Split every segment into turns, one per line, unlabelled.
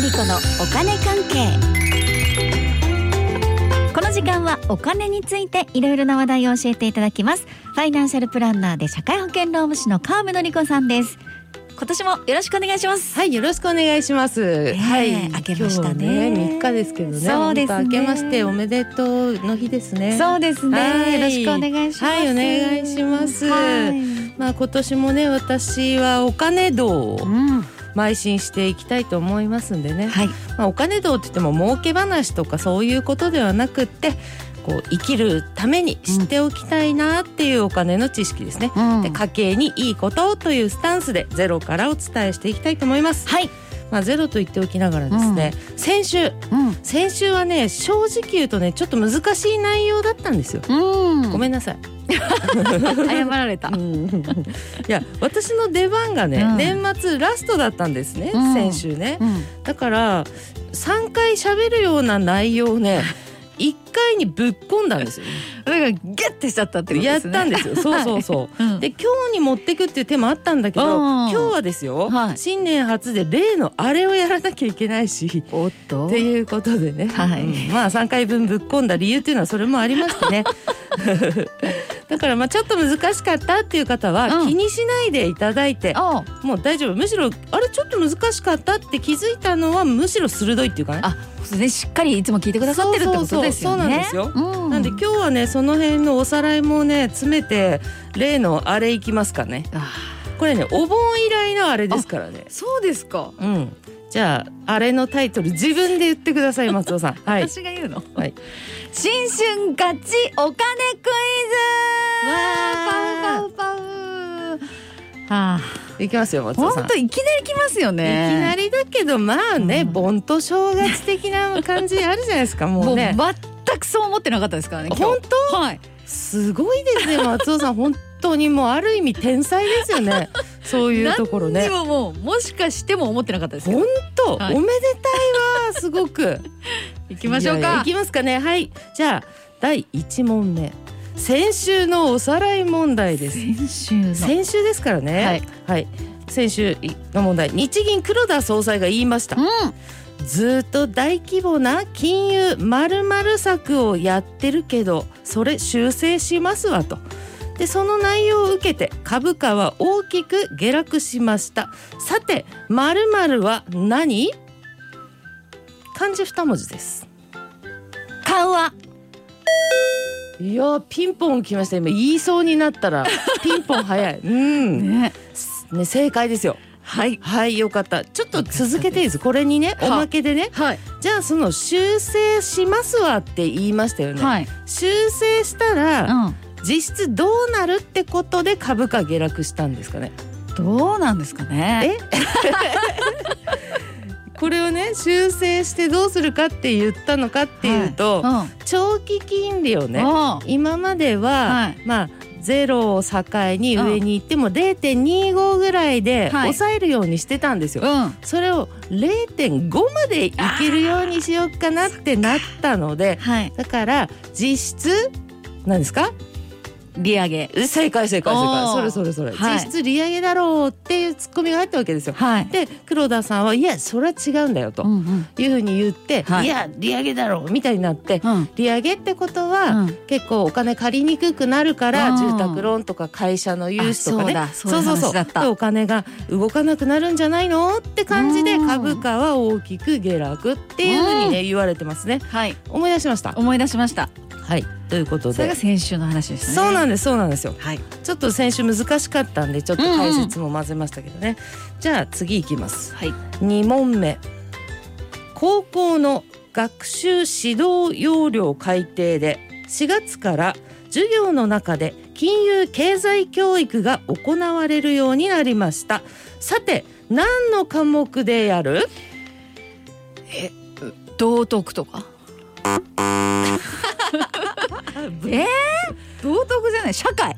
理子のお金関係この時間はお金についていろいろな話題を教えていただきますファイナンシャルプランナーで社会保険労務士の川部典子さんです今年もよろしくお願いします
はい、よろしくお願いします。はい、
明けましたね
今日ね三日ですけどね。
そうですね
本当明けましておめでとうの日ですね。
そうです
はい
ねよろしくお願いします
はいお願いします
はい
まあ今年もね、私はお金道
う
を
ん
邁進していきたいと思いますんでね。
はい
まあお金道って言っても儲け話とかそういうことではなくって、こう生きるために知っておきたいなっていうお金の知識ですね。
うん
で家計にいいことというスタンスでゼロからお伝えしていきたいと思います。
はい
まあ、ゼロと言っておきながらですね、先週
うん
先週はね正直言うとねちょっと難しい内容だったんですよ。
うん
ごめんなさい、
謝られた
いや私の出番がね、
うん
年末ラストだったんですね、
うん
先週ね
うん
だから3回喋るような内容 をね1回にぶっ込んだんですよ、
なんかギュッてしちゃったってこと
や
で
っ
す
たん
ね
ですよそうそうそう、
うん
で今日に持ってくっていう手もあったんだけど
うん
今日はですよ、
はい
新年初で例のあれをやらなきゃいけないし
おっと
っていうことでね、
はい
うんまあ3回分ぶっ込んだ理由っていうのはそれもありまし てねだからまあちょっと難しかったっていう方
う
は
ん
気にしないでいただいて、
おう
もう大丈夫むしろあれちょっと難しかったって気づいたのはむしろ鋭いっていうかね
あそうねしっかりいつも聞いてくださってるってことですよね
そうそうそうそうなんですよ
う
なんで今日はねその辺のおさらいもね詰めて例のあれいきますかね
あ
これねお盆以来のあれですからね
そうですか、
うんじゃああれのタイトル自分で言ってください松尾さん はい
私が言うの、
はい
新春ガチお金クイズパ
わ
ウパウパウはあ
いきますよ松尾さん
本当いきなり来ますよね
いきなりだけどまあね、
うん
盆と正月的な感じあるじゃな いですかもうね
もう全くそう思ってなかったですからね今
本
日はい
当すごいですね松尾さん本当にもうある意味天才です よねそういうところ
何に
ね
ももうもしかしても思ってなかったですけ
本
ど
当、
はい
おめでたいわすごく
行きましょう
いやいや
か
いきますかねはいじゃあ第一問目先週のおさらい問題です
先週の
先週ですからね
はい、
はい、先週の問題日銀黒田総裁が言いました
う
ずーっと大規模な金融まるまる策をやってるけどそれ修正しますわと。でその内容を受けて株価は大きく下落しましたさてまるまるは何漢字二文字です
ん緩和
いやーピンポン来ました今言いそうにな ったらピンポン早いうんね
ね
正解ですよ
はい
はいよかったちょっと続けていいですこれにねおまけでね
はい
じゃあその修正しますわって言いましたよね、
はい、
修正したら
うん
実質どうなるってことで株価下落したんですかね
どうなんですかね。
これをね修正してどうするかって言ったのかっていうと、
うん、
長期金利をね
おう
今までは、
はい
まあゼロを境に上に行っても0.25ぐらいで
はい
抑えるようにしてたんですよ、
うん、
それを0.5までいけるようにしようかなってなったので
はい、
だから実質何ですか
利上げ。
え正解正解正
お
解
ー
それそれそれ、
はい
実質利上げだろうっていうツッコミがあったわけですよ。
はい。
で黒田さんはいやそれは違うんだよと
うんうん、
いうふうに言って、
はい
い、や利上げだろうみたいになって
うん、
利上げってことは、
うん
結構お金借りにくくなるから
うん
住宅ローンとか会社の融資とかね
あそうだそういう話だった
でお金が動かなくなるんじゃないのって感じで
うん
株価は大きく下落っていうふうにね言われてますね
はい、
思い出しました
思い出しました。
はいということ
それ
で
が先週の話でしたね。。
そうなんんですそうなんですよ
はい。
ちょっと先週難しかったんでちょっと解説も混ぜましたけどね、じゃあ次いきます
はい。
2問目高校の学習指導要領改定で4月から授業の中で金融経済教育が行われるようになりましたさて何の科目でやる
道徳とか。ええー、道徳じゃない、社会。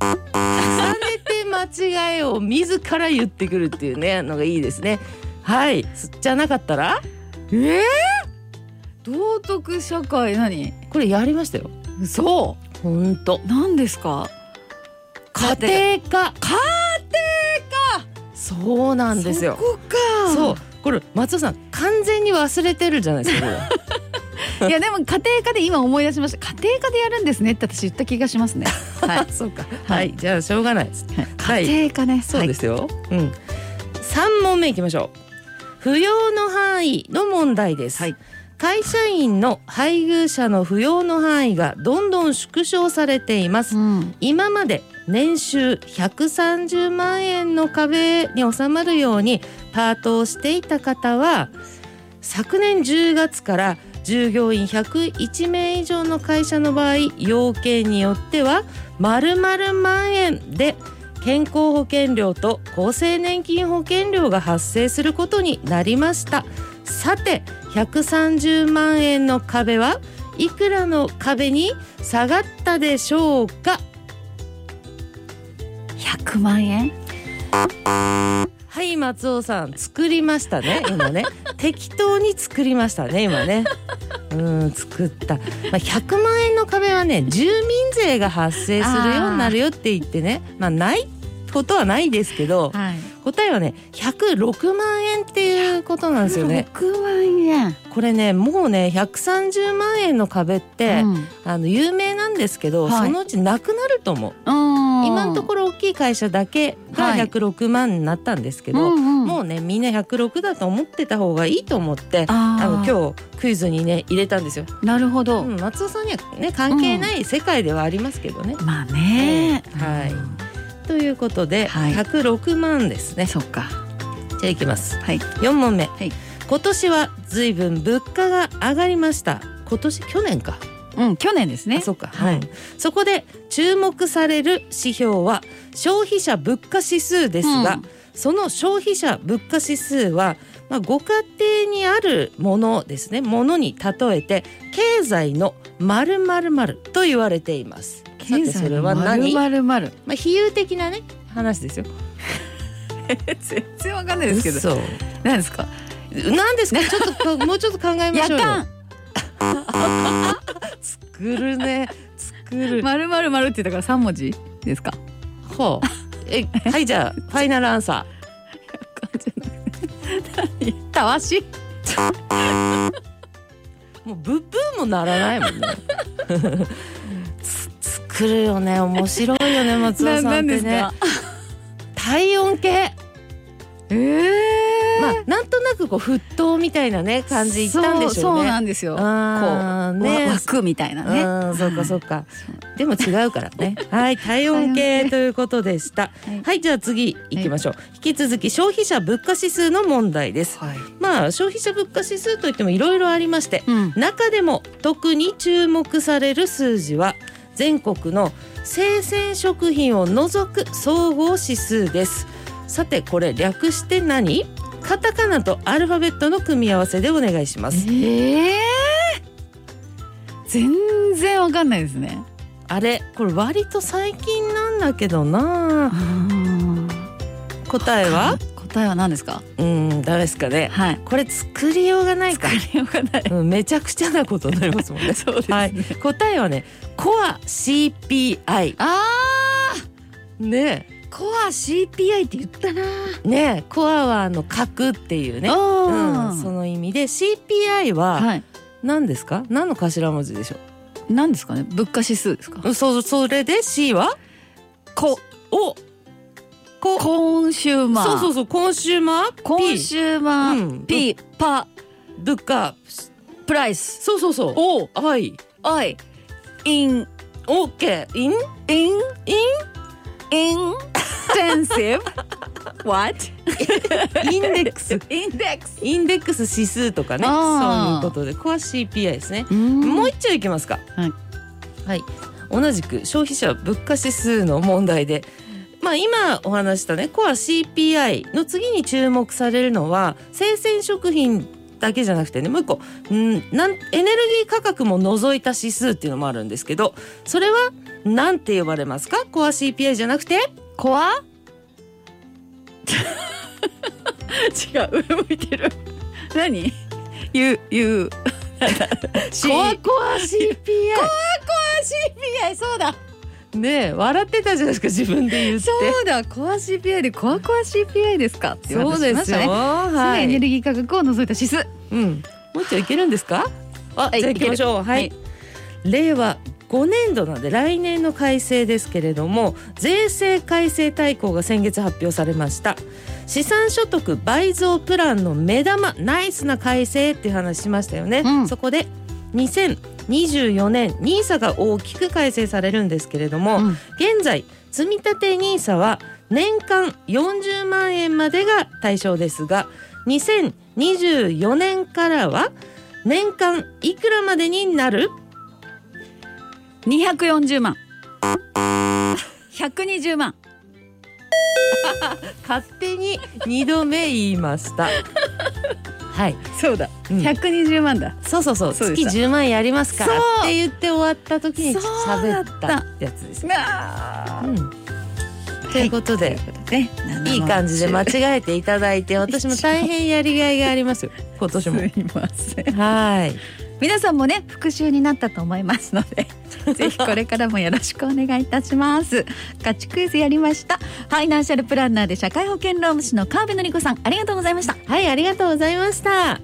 重ねて間違いを自ら言ってくるっていうねのがいいですねはいじゃなかったら
ええ道徳社会何？
これやりましたよ
そ
ほんと
う。何ですか？
家庭科家庭科そうなんですよ
そこか。
そうこれ松尾さん完全に忘れてるじゃないですか これ
いやでも家庭科で今思い出しました家庭科でやるんですねって私言った気がしますねはい
そうかはい、じゃあしょうがないですはい
家庭科ね
そうですよ、うん3問目いきましょう扶養の範囲の問題です、
はい
会社員の配偶者の扶養の範囲がどんどん縮小されていま
う
す
ん
今まで年収130万円の壁に収まるようにパートをしていた方は昨年10月から従業員101名以上の会社の場合要件によっては〇〇万円で健康保険料と厚生年金保険料が発生することになりましたさて130万円の壁はいくらの壁に下がったでしょうか
100万円
はい松尾さん作りまし たね今ね適当に作りましたね今ねうん作った、まあ、100万円の壁はね住民税が発生するようになるよって言ってねまあないことはないですけど
はい
答えはね106万円っていうことなんですよね
6万円
これねもうね130万円の壁って、
うん
あの有名なんですけど、
はい
そのうちなくなると思う今
今
のところ大きい会社だけが
はい
106万になったんですけど、も
う
うねみんな106だと思ってた方がいいと思って
あ
あの
ー
今日クイズにね入れたんですよ、
なるほど、
うん、松尾さんにはね関係ない世界ではありますけどね、
まあね、
はい
うん
ということで、
はい
106万ですね
そっか
じゃあいきます
はい
4問目、
はい
今年は随分物価が上がりました今年去年か
うん去年です
あ
ね
そうか、
はい
うんそこで注目される指標は消費者物価指数ですが、
うん
その消費者物価指数は、まあ、ご家庭にあるものですねものに例えて経済の〇〇〇と言われていますさてそれは何、ま
まるま る
あ、比喩的なね話ですよ
全然わかんないですけど
そう
何ですか
なんですかちょっと かもうちょっと考えま
夜
しょうよ
間
作るね作る、
まるまるまるって言ったから三文字ですか
ほうえはいじゃあファイナルアンサー
たわし
もうブッブーもならないもんね。 つ作るよね面白いよね松尾さんってね。体温計
ええ
まあなんとなくこう沸騰みたいなね感じいったんでしょうね。
そうなんですよ
あーね
わくみたいなね
うんそうかそう
か
かでも違うから ねはい体温計ということでした
はい
はいじゃあ次行きましょう、引き続き消費者物価指数の問題です
はい、
まあ消費者物価指数といってもいろいろありまして
うん、
中でも特に注目される数字は全国の生鮮食品を除く総合指数ですさてこれ略して何カタカナとアルファベットの組み合わせでお願いします
ええ全然わかんないですね
あれこれ割と最近なんだけどな答えは
答えは何ですか
うんダメですかね
はい
これ作りようがないか
作りようがない
うんめちゃくちゃなことになりますもんね
そう ですね
はい答えはねコア CPI
あ
ね
ーコア CPI って言ったな
ねえコアはあの核っていうね、うん
あ、
その意味で CPI は
はい
何ですか、何の頭文字でしょ
何ですかね物価指数ですか
うそそれで C は
こ
おこ
コンシューマー
そうそう
う
そうコンシューマー
コンシューマー、
うん
P パ
物価
プライス
そうそうそうおはい
おいイン
OK イン
イン インインテンシブ What?
インデックス
インデックス
インデックス指数とかねそうい
あ
う
ー
ことでコア CPI ですねも
も
う一丁いきますか。
はい、
はい同じく消費者物価指数の問題で、まあ、今お話したねコア CPI の次に注目されるのは生鮮食品だけじゃなくてねもう一個うんなんエネルギー価格も除いた指数っていうのもあるんですけどそれはなんて呼ばれますかコア CPI じゃなくて
コア違う上向いてる何ゆゆ C
コア CPI
コア CPI そうだ
ねえ笑ってたじゃないですか自分で言って
そうだコア CPI でコアコア CPI ですかっていう
そう
話し
で
まし
す
た
よ、
ね
は
エネ
い、
ルギー価格を除いた指数
うん、もう一丁いけるんですかあ、
はい
じゃあ行きましょうはい、
い
令和5年度なんで来年の改正ですけれども税制改正大綱が先月発表されました資産所得倍増プランの目玉ナイスな改正っていう話しましたよね、
うん
そこで2024年 NISA が大きく改正されるんですけれども、
うん
現在積立 NISA は年間40万円までが対象ですが2024年からは年間いくらまでになる
240万120万
勝手に2度目言いました はい、
そうだ
うん
120万だ
そうそうそう
そうで
月
した
10万円やりますから
そう
って言って終わった時に
そうだ
喋
っ
ったたやつですね、
な
うん、ということで、
ね
い、い感じで間違えていた だいて私も大変やりがいがありますよ今年
す
も
いません
はい
皆さんもね復習になったと思いますのでぜひこれからもよろしくお願いいたしますガチクイズやりましたファイナンシャルプランナーで社会保険労務士の川辺典子さんありがとうございました
はいありがとうございました